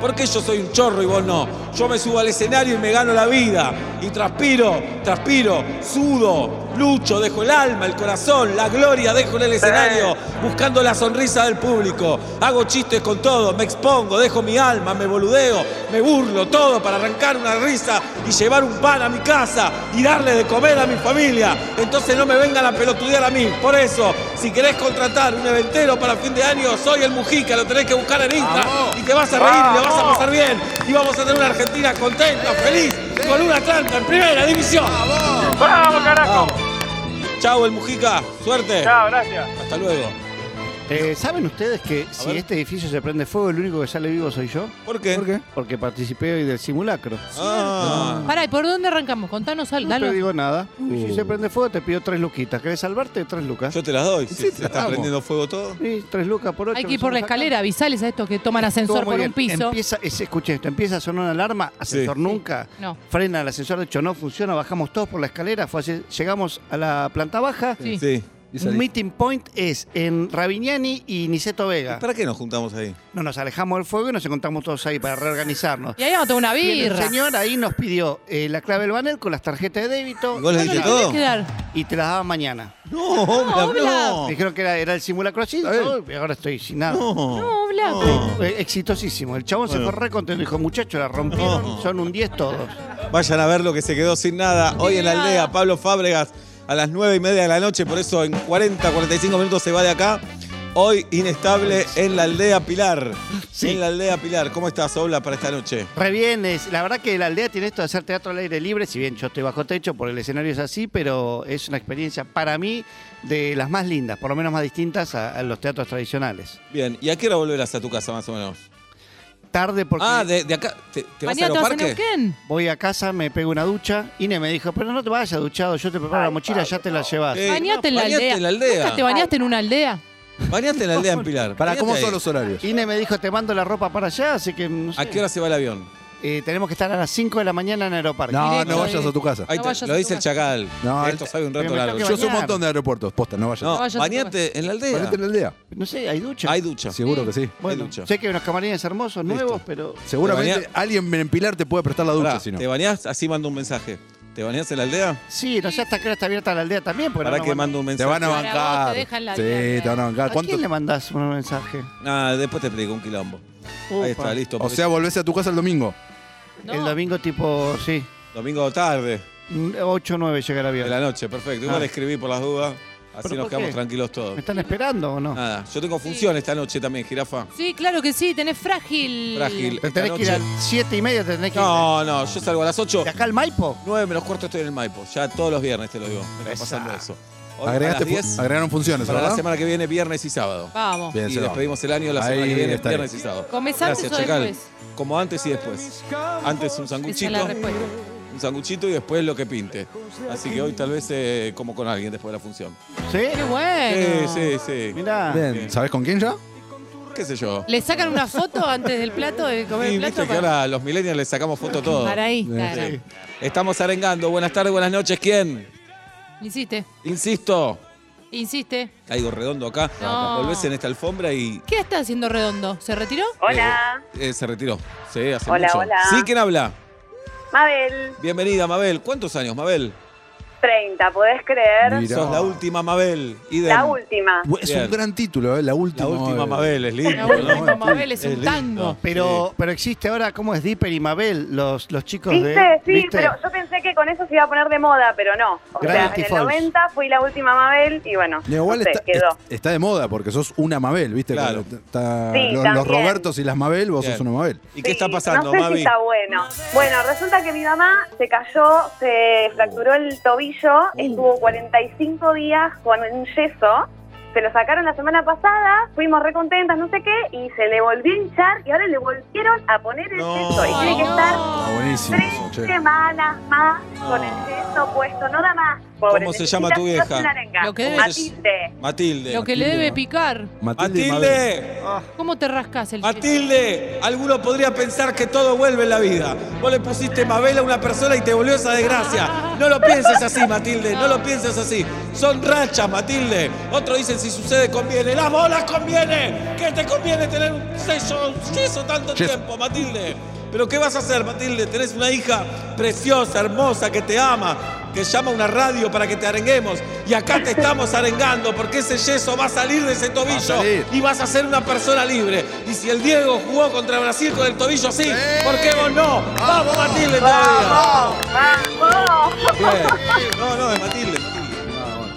Speaker 2: ¿Por qué yo soy un chorro y vos no? Yo me subo al escenario y me gano la vida. Y transpiro, transpiro, sudo, lucho, dejo el alma, el corazón, la gloria, dejo en el escenario, buscando la sonrisa del público. Hago chistes con todo, me expongo, dejo mi alma, me boludeo, me burlo, todo para arrancar una risa y llevar un pan a mi casa y darle de comer a mi familia. Entonces no me vengan a pelotudear a mí. Por eso, si querés contratar un eventero para fin de año, soy el Mujica, lo tenés que buscar en Instagram y te vas a reír, y le vas a pasar bien y vamos a tener una Argentina contenta, feliz, con una Atlanta en primera división.
Speaker 5: vamos carajo.
Speaker 2: Vamos. Chau el Mujica, suerte.
Speaker 5: Chao, gracias.
Speaker 2: Hasta luego.
Speaker 4: Eh, ¿Saben ustedes que si
Speaker 2: ver.
Speaker 4: este edificio se prende fuego, el único que sale vivo soy yo?
Speaker 2: ¿Por qué?
Speaker 6: ¿Por qué?
Speaker 4: Porque participé hoy del simulacro.
Speaker 2: Ah.
Speaker 3: Pará, ¿y por dónde arrancamos? Contanos algo.
Speaker 4: No te digo nada. Y
Speaker 6: Uh.
Speaker 4: Si se prende fuego, te pido tres luquitas. ¿Querés salvarte? Tres lucas.
Speaker 2: Yo te las doy. Si
Speaker 6: Sí,
Speaker 2: se está
Speaker 6: amo.
Speaker 2: prendiendo fuego todo.
Speaker 4: Sí, tres lucas por ocho.
Speaker 3: Hay que
Speaker 4: lo
Speaker 3: ir por la
Speaker 4: hacemos acá.
Speaker 3: escalera, avisales a estos que toman
Speaker 4: Estuvo
Speaker 3: ascensor
Speaker 4: muy
Speaker 3: por
Speaker 4: bien.
Speaker 3: un piso.
Speaker 4: Empieza, es- escuché esto, empieza a sonar una alarma, ascensor
Speaker 2: Sí.
Speaker 4: nunca.
Speaker 3: No.
Speaker 4: Frena el ascensor, de hecho no funciona, bajamos todos por la escalera, fue así, llegamos a la planta baja,
Speaker 3: Sí.
Speaker 2: Sí.
Speaker 6: Y salí.
Speaker 4: Un meeting point es en Ravignani y Niceto Vega.
Speaker 2: ¿Para qué nos juntamos ahí?
Speaker 4: No nos alejamos del fuego y nos encontramos todos ahí para reorganizarnos.
Speaker 3: Y ahí vamos a tomar una
Speaker 4: Y el
Speaker 3: birra.
Speaker 4: señor ahí nos pidió eh, la clave del banner con las tarjetas de débito.
Speaker 2: ¿Y vos le
Speaker 4: y-
Speaker 2: dijiste
Speaker 3: ¿Tenés
Speaker 2: todo?
Speaker 3: que dar?
Speaker 4: Y te las daban mañana.
Speaker 2: No, Oblak, no.
Speaker 4: Me dijeron que era, era el simulacro así,
Speaker 6: bien.
Speaker 4: todo, y ahora estoy sin nada.
Speaker 2: No.
Speaker 3: No, Blas.
Speaker 4: Eh, exitosísimo. El chabón se fue re contento. Dijo, muchachos, la rompieron,
Speaker 2: No.
Speaker 4: son un 10 todos.
Speaker 2: Vayan a ver lo que se quedó sin nada hoy en la
Speaker 3: nada.
Speaker 2: aldea. Pablo Fábregas a las 9 y media de la noche, por eso en 40, 45 minutos se va de acá. Hoy inestable en la aldea Pilar.
Speaker 4: Sí.
Speaker 2: En la aldea Pilar. ¿Cómo estás, Obla, para esta noche?
Speaker 4: Re bien, es- la verdad que la aldea tiene esto de hacer teatro al aire libre, si bien yo estoy bajo techo, por el escenario es así, pero es una experiencia para mí de las más lindas, por lo menos más distintas a, a los teatros tradicionales.
Speaker 2: Bien, ¿y a qué hora volverás a tu casa más o menos?
Speaker 4: Tarde porque
Speaker 2: Ah, de, de acá. ¿Te, te vas a
Speaker 3: Mañana te
Speaker 2: los
Speaker 3: vas a
Speaker 2: parques?
Speaker 3: Neuquén.
Speaker 4: voy a casa, me pego una ducha, Ine me dijo, pero no te vayas duchado, yo te preparo la mochila, ya te la llevas.
Speaker 2: Eh,
Speaker 3: Bañate en la
Speaker 2: bañate
Speaker 3: aldea.
Speaker 2: en la aldea.
Speaker 3: ¿Nunca te bañaste en una aldea?
Speaker 2: Bañate en la aldea en Pilar.
Speaker 6: ¿Para
Speaker 2: Bañate
Speaker 6: cómo
Speaker 2: ahí.
Speaker 6: son los horarios?
Speaker 4: Ine me dijo, te mando la ropa para allá, así que no sé.
Speaker 2: ¿A qué hora se va el avión?
Speaker 4: Eh, tenemos que estar a las 5 de la mañana en Aeroparque.
Speaker 6: No,
Speaker 3: Directo,
Speaker 6: no vayas
Speaker 3: eh.
Speaker 6: a tu casa.
Speaker 2: Ahí
Speaker 3: No
Speaker 2: te-
Speaker 3: vayas
Speaker 2: lo
Speaker 3: a
Speaker 2: dice
Speaker 3: tu
Speaker 2: el chacal.
Speaker 6: No,
Speaker 2: que esto
Speaker 6: él-
Speaker 2: sabe un
Speaker 4: pero
Speaker 2: rato
Speaker 4: me
Speaker 2: largo.
Speaker 4: tengo
Speaker 6: Yo
Speaker 2: Yo-
Speaker 6: sé un
Speaker 4: bañar.
Speaker 6: montón de aeropuertos. Posta, no vayas.
Speaker 2: no,
Speaker 3: vayas a tu
Speaker 2: bañate en la aldea.
Speaker 6: Ponete en el día.
Speaker 4: No sé, hay ducha.
Speaker 2: Hay ducha.
Speaker 6: Seguro que sí.
Speaker 4: bueno,
Speaker 2: ducha.
Speaker 4: sé que hay unos camarines hermosos,
Speaker 6: Listo.
Speaker 4: nuevos, pero...
Speaker 6: Seguramente
Speaker 2: Te baña-
Speaker 6: alguien en Pilar te puede prestar la ducha,
Speaker 2: Pará,
Speaker 6: si no.
Speaker 2: ¿Te bañás? Así mando un mensaje. ¿Te bañás en la aldea?
Speaker 4: Sí, no sé hasta qué hora está abierta la aldea también. porque
Speaker 2: ¿Para
Speaker 4: no
Speaker 2: que
Speaker 4: nos van-
Speaker 2: mando un
Speaker 6: Te
Speaker 2: mensaje?
Speaker 6: van a
Speaker 3: Para vos,
Speaker 6: bancar.
Speaker 3: te dejan la
Speaker 6: sí,
Speaker 3: vida.
Speaker 6: te van a bancar.
Speaker 4: ¿A
Speaker 6: ¿Cuánto-
Speaker 4: quién le mandás un mensaje?
Speaker 2: Ah, después te explico un quilombo. Ahí
Speaker 4: Ufa.
Speaker 2: está, listo.
Speaker 6: O sea, volvés a tu casa el domingo.
Speaker 3: No.
Speaker 4: El domingo tipo, sí,
Speaker 2: domingo tarde,
Speaker 4: 8 o 9 llega el
Speaker 2: de
Speaker 4: avión.
Speaker 2: la noche, perfecto. Igual
Speaker 4: Ah.
Speaker 2: escribí por las dudas, así
Speaker 4: ¿Pero
Speaker 2: nos
Speaker 4: por qué?
Speaker 2: quedamos tranquilos todos.
Speaker 4: ¿Me están esperando o no?
Speaker 2: Nada, yo tengo función esta noche también, jirafa.
Speaker 3: Sí, claro que sí, tenés frágil.
Speaker 2: Frágil.
Speaker 4: Te
Speaker 2: esta
Speaker 4: tenés que ir a
Speaker 2: noche.
Speaker 4: 7 y media, te tenés que ir.
Speaker 2: No, no, yo salgo a las 8.
Speaker 4: ¿De acá al Maipo?
Speaker 2: 9 menos cuarto estoy en el Maipo. Ya todos los viernes te lo digo. Me está pasando
Speaker 4: Esa.
Speaker 2: eso. Hoy
Speaker 6: Agregaste
Speaker 2: a
Speaker 6: fu-
Speaker 2: las 10,
Speaker 6: agregaron funciones,
Speaker 2: para la
Speaker 6: ¿verdad?
Speaker 2: semana que viene, viernes y sábado.
Speaker 3: Vamos.
Speaker 6: Bien,
Speaker 2: y
Speaker 6: se va.
Speaker 2: despedimos el año la semana
Speaker 6: Ahí
Speaker 2: que viene,
Speaker 6: estaré.
Speaker 2: viernes y sábado.
Speaker 3: ¿Comes antes o después?
Speaker 2: Como antes y después. Antes un
Speaker 3: Esa es
Speaker 2: sanguchito.
Speaker 3: la respuesta.
Speaker 2: Un sanguchito y después lo que pinte. Así que hoy tal vez eh, como con alguien después de la función.
Speaker 4: ¿Sí?
Speaker 3: Qué
Speaker 2: Sí,
Speaker 3: bueno.
Speaker 2: sí, sí.
Speaker 4: Mirá.
Speaker 6: Bien, ¿sabés con quién ya?
Speaker 2: ¿Qué sé yo?
Speaker 3: ¿Le sacan una foto antes del plato, de comer
Speaker 2: Y
Speaker 3: el
Speaker 2: viste
Speaker 3: plato?
Speaker 2: que ahora los millennials les sacamos foto a todo.
Speaker 3: para Instagram.
Speaker 2: Sí. Estamos arengando. Buenas tardes, buenas noches. ¿Quién?
Speaker 3: Insiste,
Speaker 2: Insisto.
Speaker 3: insiste.
Speaker 2: Caigo redondo acá.
Speaker 3: No.
Speaker 2: Volvés en esta alfombra y
Speaker 3: ¿Qué está haciendo Redondo? ¿Se retiró?
Speaker 7: Hola,
Speaker 2: Eh, eh, se retiró. Sí, hace
Speaker 7: Hola,
Speaker 2: mucho.
Speaker 7: hola.
Speaker 2: Sí, ¿quién habla?
Speaker 7: Mabel,
Speaker 2: Bienvenida, Mabel. ¿Cuántos años, Mabel?
Speaker 7: 30, ¿podés creer?
Speaker 6: Mirá.
Speaker 2: Sos la última, Mabel. Idem.
Speaker 7: La última.
Speaker 6: Es
Speaker 2: Bien.
Speaker 6: un gran título, ¿eh? La última.
Speaker 2: La última,
Speaker 6: eh.
Speaker 2: Mabel. Es lindo.
Speaker 3: La
Speaker 2: ¿no?
Speaker 3: última Mabel es un
Speaker 2: lindo.
Speaker 3: tango.
Speaker 4: Pero, pero existe ahora, ¿cómo es Dipper y Mabel? Los, los chicos de.
Speaker 7: ¿Viste? Sí, pero yo pensé que con eso se iba a poner de moda, pero no. O sea,
Speaker 4: Gravity
Speaker 7: en el
Speaker 4: Falls.
Speaker 7: 90 fui la última Mabel y bueno,
Speaker 6: No, igual
Speaker 7: no sé,
Speaker 6: está,
Speaker 7: quedó.
Speaker 6: est- está de moda porque sos una Mabel, ¿viste?
Speaker 2: Claro.
Speaker 6: Cuando está-
Speaker 7: Sí,
Speaker 6: lo- los,
Speaker 7: también.
Speaker 6: Robertos y las Mabel, vos
Speaker 2: Bien.
Speaker 6: sos una Mabel.
Speaker 2: ¿Y qué está
Speaker 7: Sí,
Speaker 2: pasando,
Speaker 7: No sé
Speaker 2: Mavi?
Speaker 7: si está bueno. Bueno, resulta que mi mamá se cayó, se fracturó el tobillo, estuvo 45 días con un yeso. Se lo sacaron la semana pasada, fuimos recontentas, no sé qué, y se le volvió a hinchar y ahora le volvieron a poner el
Speaker 2: No.
Speaker 7: yeso. Y tiene
Speaker 3: Ay,
Speaker 7: que estar
Speaker 6: Está
Speaker 3: no.
Speaker 6: buenísimo
Speaker 7: tres
Speaker 6: eso, che.
Speaker 7: semanas más con el yeso puesto, no da más. Pobre,
Speaker 2: ¿Cómo se
Speaker 7: necesita
Speaker 2: llama tu
Speaker 7: que
Speaker 2: vieja?
Speaker 7: una arenga.
Speaker 3: Lo que debe-
Speaker 7: Matilde.
Speaker 2: Matilde.
Speaker 3: Lo que le debe picar.
Speaker 6: Matilde. y Mabel.
Speaker 2: Matilde.
Speaker 3: ¿Cómo te rascas el yeso?
Speaker 2: Matilde, alguno podría pensar que todo vuelve en la vida. Vos le pusiste Mabel a una persona y te volvió esa desgracia. No lo pienses así, Matilde, no lo pienses así. Son rachas, Matilde. Otros dicen si sucede conviene. ¡Las bolas conviene! ¿Qué te conviene tener un sello, un yeso tanto
Speaker 6: Yeso.
Speaker 2: tiempo, Matilde? Pero ¿qué vas a hacer, Matilde? Tenés una hija preciosa, hermosa, que te ama, que llama a una radio para que te arenguemos. Y acá te estamos arengando porque ese yeso va a salir de ese tobillo
Speaker 6: salir.
Speaker 2: y vas a ser una persona libre. Y si el Diego jugó contra Brasil con el tobillo así, ¿por qué vos no? ¡Vamos, Matilde todavía!
Speaker 7: ¡Vamos! ¡Vamos!
Speaker 2: Bien. No, no, es Matilde. Matilde.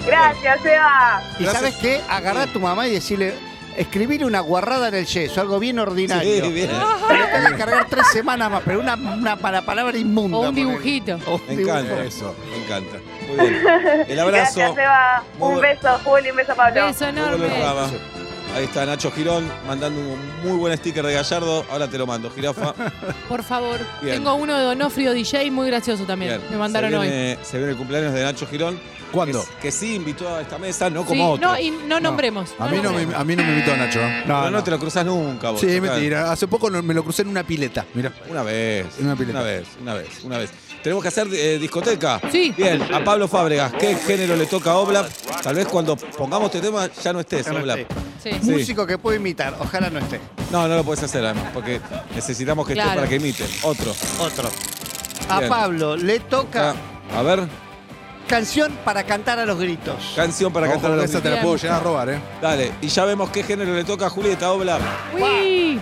Speaker 7: Gracias, Eva.
Speaker 4: ¿Y
Speaker 2: Gracias.
Speaker 4: sabes qué? Agarrá a tu mamá y decirle. Escribir una guarrada en el yeso, algo bien ordinario.
Speaker 2: Sí, bien.
Speaker 4: Pero tenés que cargar tres semanas más, pero una, una para palabra inmunda.
Speaker 3: O un
Speaker 4: ponele.
Speaker 3: dibujito.
Speaker 4: O un
Speaker 2: Me
Speaker 4: dibujo.
Speaker 2: encanta eso, me encanta. Muy bien. El abrazo.
Speaker 7: Gracias, Eva.
Speaker 2: Muy
Speaker 7: Un
Speaker 2: buen-
Speaker 7: beso, Juli, un beso, Pablo.
Speaker 3: Beso
Speaker 2: Muy buen
Speaker 3: enorme.
Speaker 2: programa. Ahí está Nacho Girón mandando un muy buen sticker de Gallardo. Ahora te lo mando, jirafa.
Speaker 3: Por favor.
Speaker 2: Bien.
Speaker 3: Tengo uno de Donofrio DJ muy gracioso también.
Speaker 2: Bien.
Speaker 3: Me mandaron
Speaker 2: se
Speaker 3: hoy.
Speaker 2: viene, Se viene el cumpleaños de Nacho Girón.
Speaker 6: ¿Cuándo?
Speaker 2: Que, que sí invitó a esta mesa, no
Speaker 3: Sí,
Speaker 2: como otro.
Speaker 3: no, y no nombremos.
Speaker 6: A mí, no me, a mí no me invitó Nacho. ¿eh?
Speaker 2: Pero Ah, no, te lo cruzas nunca vos.
Speaker 6: Sí,
Speaker 2: acá.
Speaker 6: mentira. Hace poco no- me lo crucé en una pileta. Mirá.
Speaker 2: Una vez.
Speaker 6: En una pileta.
Speaker 2: vez, una vez, una vez. Tenemos que hacer eh, discoteca.
Speaker 3: Sí.
Speaker 2: Bien, a Pablo Fábregas, ¿qué género le toca a Oblap? Tal vez cuando pongamos este tema ya no estés,
Speaker 4: Ya no
Speaker 2: Oblap.
Speaker 4: esté.
Speaker 3: Sí.
Speaker 2: Sí.
Speaker 4: Músico que puedo imitar, ojalá no esté.
Speaker 2: No, no lo puedes hacer, además, porque necesitamos que esté
Speaker 3: Claro.
Speaker 2: para que imite. Otro.
Speaker 4: Otro. A
Speaker 2: Bien.
Speaker 4: Pablo le toca
Speaker 2: Ah, a ver,
Speaker 4: canción para cantar a los gritos.
Speaker 2: canción para
Speaker 6: Ojo,
Speaker 2: cantar a los
Speaker 6: esa te la
Speaker 3: Bien.
Speaker 6: puedo llegar a robar, ¿eh?
Speaker 2: niños. Dale, y ya vemos qué género le toca a Julieta Oblap.
Speaker 3: Uy.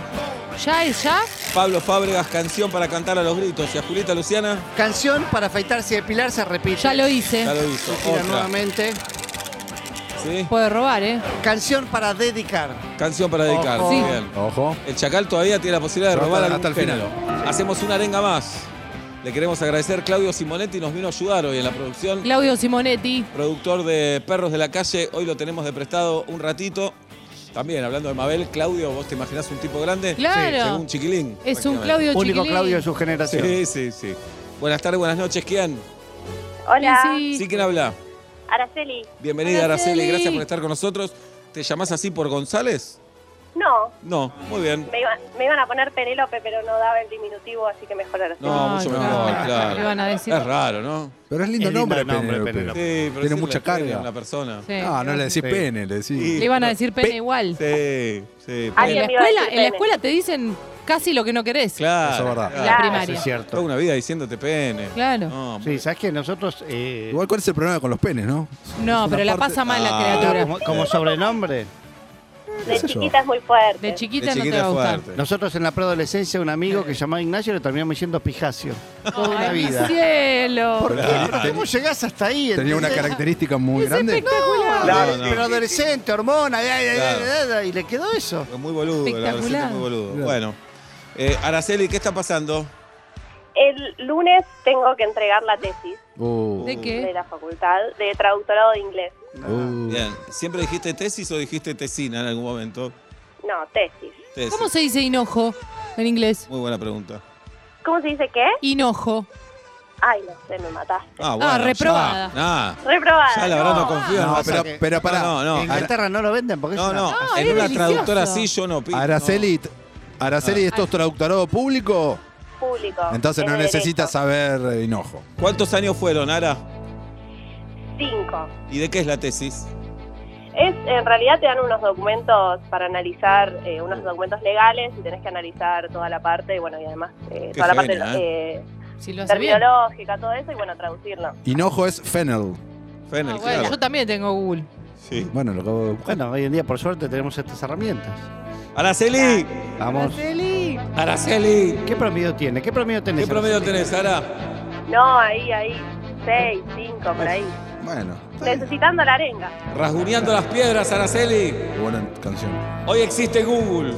Speaker 3: ¿Ya es ya?
Speaker 2: Pablo Fábregas, canción para cantar a los gritos. Y a Julieta Luciana,
Speaker 4: Canción para afeitarse y depilarse, repite.
Speaker 3: Ya lo hice.
Speaker 2: ya lo hizo.
Speaker 4: Tira
Speaker 2: Otra.
Speaker 4: nuevamente.
Speaker 2: ¿Sí?
Speaker 3: Puede robar, ¿eh?
Speaker 4: Canción para dedicar.
Speaker 2: Canción para dedicar.
Speaker 4: Ojo.
Speaker 3: Sí.
Speaker 2: Bien.
Speaker 6: Ojo.
Speaker 2: El Chacal todavía tiene la posibilidad de
Speaker 6: Se va
Speaker 2: robar
Speaker 6: hasta-
Speaker 2: algún
Speaker 6: hasta el
Speaker 2: género. Hacemos una arenga más. Le queremos agradecer. Claudio Simonetti nos vino a ayudar hoy en la producción.
Speaker 3: Claudio Simonetti.
Speaker 2: productor de Perros de la Calle. Hoy lo tenemos de prestado un ratito. También hablando de Mabel, Claudio, ¿vos te imaginás un tipo grande?
Speaker 3: Claro.
Speaker 2: Según Chiquilín.
Speaker 3: Es un
Speaker 2: prácticamente.
Speaker 3: Claudio
Speaker 4: Único
Speaker 3: Chiquilín.
Speaker 4: Claudio de su generación.
Speaker 2: Sí, sí, sí. Buenas tardes, buenas noches, ¿quién?
Speaker 7: Hola,
Speaker 3: Sí,
Speaker 2: Sí, ¿quién habla?
Speaker 7: Araceli.
Speaker 2: Bienvenida, Araceli.
Speaker 3: Araceli.
Speaker 2: gracias por estar con nosotros. ¿Te llamás así por González?
Speaker 7: No,
Speaker 2: No, muy bien.
Speaker 7: me, iba- me iban a poner Penélope, pero no daba el diminutivo, así que mejor Araceli.
Speaker 2: No, mucho
Speaker 6: no.
Speaker 2: mejor, claro.
Speaker 3: Le van a decir.
Speaker 2: Es raro, ¿no?
Speaker 6: Pero es lindo
Speaker 4: Es lindo
Speaker 6: nombre,
Speaker 4: el nombre,
Speaker 6: Penélope.
Speaker 2: Sí,
Speaker 4: Penélope.
Speaker 2: pero
Speaker 6: Tiene
Speaker 2: sí,
Speaker 6: mucha
Speaker 2: la pene
Speaker 6: carga.
Speaker 2: a Una persona.
Speaker 3: Sí.
Speaker 6: No, no le decís
Speaker 4: Sí.
Speaker 6: pene, le decís.
Speaker 3: Le iban a decir pene igual.
Speaker 2: Sí, sí.
Speaker 3: En la
Speaker 7: Alguien me iba
Speaker 3: escuela,
Speaker 7: a decir
Speaker 3: en la
Speaker 7: pene.
Speaker 3: escuela te dicen casi lo que no querés.
Speaker 2: Claro.
Speaker 6: Eso es verdad.
Speaker 3: En la
Speaker 7: Claro.
Speaker 4: Eso
Speaker 3: primaria.
Speaker 4: es
Speaker 2: Toda
Speaker 4: cierto.
Speaker 2: una vida diciéndote pene.
Speaker 3: Claro.
Speaker 2: No,
Speaker 4: Sí, sabes que nosotros. eh,
Speaker 6: Igual, ¿cuál es el problema con los penes, no?
Speaker 3: No,
Speaker 6: Es
Speaker 3: pero
Speaker 6: una
Speaker 3: la
Speaker 6: parte-
Speaker 3: pasa mal la
Speaker 2: Ah.
Speaker 3: criatura.
Speaker 4: como, como sobrenombre.
Speaker 6: qué
Speaker 7: De
Speaker 6: sé yo.
Speaker 7: chiquita es muy fuerte.
Speaker 3: De
Speaker 2: de
Speaker 3: chiquita no te
Speaker 2: chiquita
Speaker 3: va a gustar.
Speaker 2: fuerte.
Speaker 4: Nosotros en la preadolescencia, un amigo que se llamaba Ignacio le terminamos diciendo Pijacio. Toda una
Speaker 3: Ay, mi
Speaker 4: vida.
Speaker 3: cielo.
Speaker 4: ¿Por qué? Ah, ¿Cómo llegás hasta ahí?
Speaker 6: Tenía una
Speaker 4: ¿entendés?
Speaker 6: característica muy grande.
Speaker 3: Espectacular.
Speaker 2: Claro, no.
Speaker 4: Pero adolescente, hormona, ya, ya, ya, ya, ya, y le quedó eso.
Speaker 2: Muy boludo, la
Speaker 3: Espectacular.
Speaker 2: adolescente muy boludo.
Speaker 6: Claro.
Speaker 2: Bueno, eh, Araceli, ¿qué está pasando?
Speaker 7: El lunes tengo que entregar la tesis
Speaker 6: Uh,
Speaker 3: ¿De
Speaker 7: de
Speaker 3: qué?
Speaker 7: la facultad de traductorado de inglés.
Speaker 6: uh.
Speaker 2: Bien, ¿siempre dijiste tesis o dijiste tesina en algún momento?
Speaker 7: No, tesis.
Speaker 2: Tesis.
Speaker 3: ¿Cómo se dice hinojo en inglés?
Speaker 2: Muy buena pregunta.
Speaker 7: ¿Cómo se dice qué?
Speaker 3: Hinojo.
Speaker 7: Ay, no sé, me mataste.
Speaker 2: Ah, bueno. ya,
Speaker 3: reprobada.
Speaker 2: Nah,
Speaker 7: Reprobada.
Speaker 2: ya la verdad no,
Speaker 7: no.
Speaker 2: confío.
Speaker 6: No,
Speaker 2: no,
Speaker 6: pero, pero pará.
Speaker 2: No, no,
Speaker 4: en
Speaker 2: no. Ara-
Speaker 4: Inglaterra no lo venden porque
Speaker 2: no,
Speaker 4: es
Speaker 2: no,
Speaker 4: una...
Speaker 3: No,
Speaker 2: en
Speaker 3: Ah, es
Speaker 2: una
Speaker 3: delicioso.
Speaker 2: traductora así yo no Ah. pido.
Speaker 6: Araceli, Araceli, ¿esto es traductorado público?
Speaker 7: Público.
Speaker 6: Entonces
Speaker 7: es
Speaker 6: no
Speaker 7: de
Speaker 6: necesitas saber eh, hinojo.
Speaker 2: ¿Cuántos años fueron, Ara?
Speaker 7: derecho. Cinco.
Speaker 2: ¿Y de qué es la tesis?
Speaker 7: Es, en realidad te dan unos documentos para analizar, eh, unos documentos legales y tenés que analizar toda la parte, y bueno, y además eh,
Speaker 2: Qué
Speaker 7: toda la parte
Speaker 2: genia,
Speaker 7: eh,
Speaker 3: Si lo hace bien.
Speaker 7: terminológica, todo eso, y bueno, traducirlo.
Speaker 6: Hinojo es fennel.
Speaker 2: Fennel,
Speaker 3: Ah, bueno,
Speaker 2: claro.
Speaker 3: yo también tengo Google.
Speaker 2: Sí.
Speaker 6: Bueno, lo acabo de buscar.
Speaker 4: Bueno, hoy en día por suerte tenemos estas herramientas.
Speaker 2: Araceli,
Speaker 4: Vamos.
Speaker 3: Araceli.
Speaker 2: Araceli.
Speaker 4: ¿Qué promedio tiene? ¿Qué promedio tenés?
Speaker 2: ¿Qué promedio
Speaker 4: Araceli?
Speaker 2: tenés, Ara?
Speaker 7: No, ahí, ahí, seis, cinco, por ahí.
Speaker 6: Bueno,
Speaker 7: Necesitando la arenga.
Speaker 2: Rasguñando las piedras, Araceli.
Speaker 6: qué buena canción.
Speaker 2: Hoy existe Google.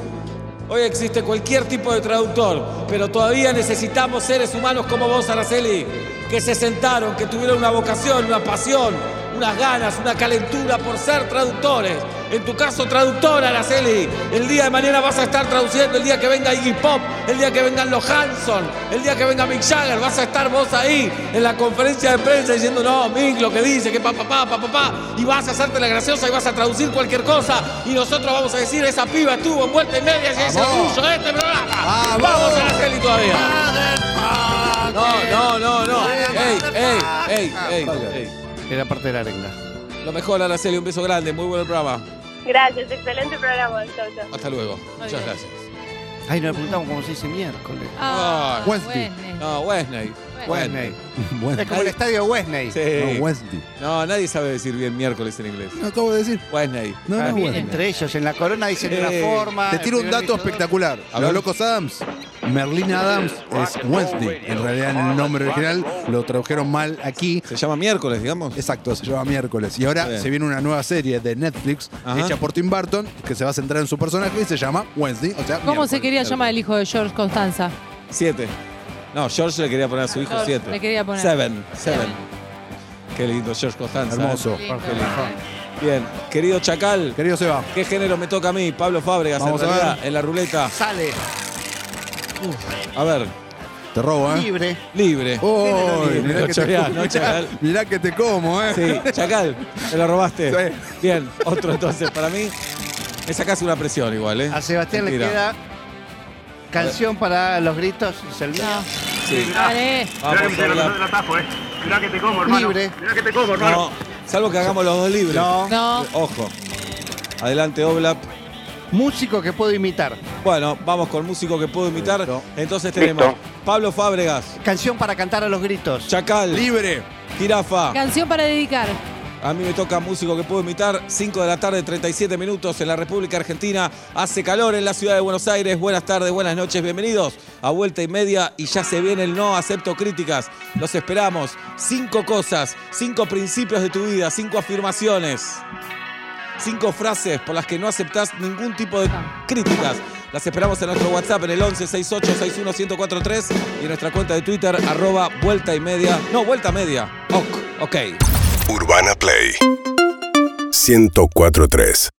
Speaker 2: Hoy existe cualquier tipo de traductor, pero todavía necesitamos seres humanos como vos, Araceli, que se sentaron, que tuvieron una vocación, una pasión, unas ganas, una calentura por ser traductores. En tu caso, traductora, Araceli. El día de mañana vas a estar traduciendo, el día que venga Iggy Pop, el día que vengan los Hanson, el día que venga Mick Jagger, vas a estar vos ahí en la conferencia de prensa diciendo, no, Mick, lo que dice, que pa, pa, pa, pa, pa, pa", y vas a hacerte la graciosa y vas a traducir cualquier cosa, y nosotros vamos a decir, esa piba estuvo en vuelta y media y es el
Speaker 6: ¡Vamos!
Speaker 2: orgullo de este programa.
Speaker 6: ¡Vamos!
Speaker 2: ¡Vamos a Araceli todavía! No, no, no, no. Ey, ey, ey, ey, ey.
Speaker 4: Era parte de la arenga.
Speaker 2: Lo mejor, Araceli, un beso grande, muy buen programa.
Speaker 7: Gracias, excelente programa, chau, chau.
Speaker 2: Hasta luego. Muchas
Speaker 3: bien.
Speaker 2: gracias.
Speaker 4: Ay, nos preguntamos cómo se dice miércoles.
Speaker 2: Ah,
Speaker 3: Ah,
Speaker 6: Wesley.
Speaker 3: bueno.
Speaker 2: No, Wesley.
Speaker 4: Wesney.
Speaker 6: Bueno,
Speaker 4: Es como este- el estadio Wesney.
Speaker 2: Sí.
Speaker 6: no, Wednesday.
Speaker 2: No, nadie sabe decir bien miércoles en inglés.
Speaker 6: No acabo de decir.
Speaker 2: Wednesday.
Speaker 6: No, no,
Speaker 4: Ah,
Speaker 6: Wednesday.
Speaker 4: Entre ellos, en la corona dicen de una
Speaker 2: Eh,
Speaker 4: forma.
Speaker 6: Te tiro
Speaker 4: el
Speaker 6: un
Speaker 4: primer
Speaker 6: dato
Speaker 4: luchador-
Speaker 6: espectacular.
Speaker 2: A
Speaker 6: Los
Speaker 2: ver.
Speaker 6: Locos Adams, Merlin Adams es Wednesday. En realidad, en el nombre original lo tradujeron mal aquí.
Speaker 2: Se llama miércoles, digamos.
Speaker 6: Exacto, se llama miércoles. Y
Speaker 2: Está
Speaker 6: ahora
Speaker 2: bien.
Speaker 6: se viene una nueva serie de Netflix
Speaker 2: Ajá.
Speaker 6: hecha por Tim Burton que se va a centrar en su personaje y se llama Wednesday. O sea,
Speaker 3: ¿Cómo se
Speaker 6: miércoles.
Speaker 3: quería llamar el hijo de George Constanza?
Speaker 2: Siete. No, George le quería poner a su hijo
Speaker 3: George,
Speaker 2: siete.
Speaker 3: le quería poner.
Speaker 2: Seven. Seven.
Speaker 3: Seven.
Speaker 2: Qué lindo, George Costanza. ¿eh?
Speaker 6: Hermoso.
Speaker 3: Lindo.
Speaker 2: Bien, querido Chacal,
Speaker 6: Querido Seba,
Speaker 2: ¿qué género me toca a mí? Pablo Fábregas, en
Speaker 6: Vamos a
Speaker 2: realidad,
Speaker 6: ver.
Speaker 2: en la ruleta.
Speaker 4: Sale
Speaker 2: A ver,
Speaker 6: te robo, ¿eh?
Speaker 4: libre.
Speaker 2: libre.
Speaker 6: Oh,
Speaker 2: Libre,
Speaker 6: mirá,
Speaker 2: no
Speaker 6: que te
Speaker 2: choreás,
Speaker 6: como,
Speaker 2: no choreás.
Speaker 6: mirá que te como, ¿eh?
Speaker 2: Sí, Chacal, te lo robaste.
Speaker 6: Sí.
Speaker 2: Bien, otro entonces para mí. Me sacás una presión igual, ¿eh?
Speaker 4: A Sebastián
Speaker 2: Mentira.
Speaker 4: le queda canción para los gritos. Es el mío.
Speaker 2: sí.
Speaker 3: Dale.
Speaker 8: Mirá que
Speaker 2: Vamos
Speaker 8: me
Speaker 2: a
Speaker 8: te lo
Speaker 2: hablar.
Speaker 8: el atajo, eh. Mirá que te como, hermano.
Speaker 4: Libre.
Speaker 8: Mirá que te como, hermano.
Speaker 2: No, salvo que hagamos los dos libres.
Speaker 3: No.
Speaker 2: Ojo. Adelante, Oblap.
Speaker 4: Músico que puedo imitar.
Speaker 2: Bueno, vamos con músico que puedo imitar.
Speaker 6: Listo.
Speaker 2: Entonces tenemos
Speaker 5: Listo.
Speaker 2: Pablo Fábregas,
Speaker 4: Canción para cantar a los gritos.
Speaker 2: Chacal,
Speaker 6: Libre.
Speaker 2: Jirafa.
Speaker 3: Canción para dedicar.
Speaker 2: A mí me toca músico que puedo imitar. 5 de la tarde, 37 minutos en la República Argentina. Hace calor en la ciudad de Buenos Aires. Buenas tardes, buenas noches, bienvenidos a Vuelta y Media. Y ya se viene el no acepto críticas. Los esperamos. Cinco cosas, cinco principios de tu vida, cinco afirmaciones. Cinco frases por las que no aceptás ningún tipo de críticas. Las esperamos en nuestro WhatsApp en el 11 68 61 1043 y en nuestra cuenta de Twitter, arroba vuelta y media. No, vuelta media. Ok, ok.
Speaker 9: Urbana Play 1043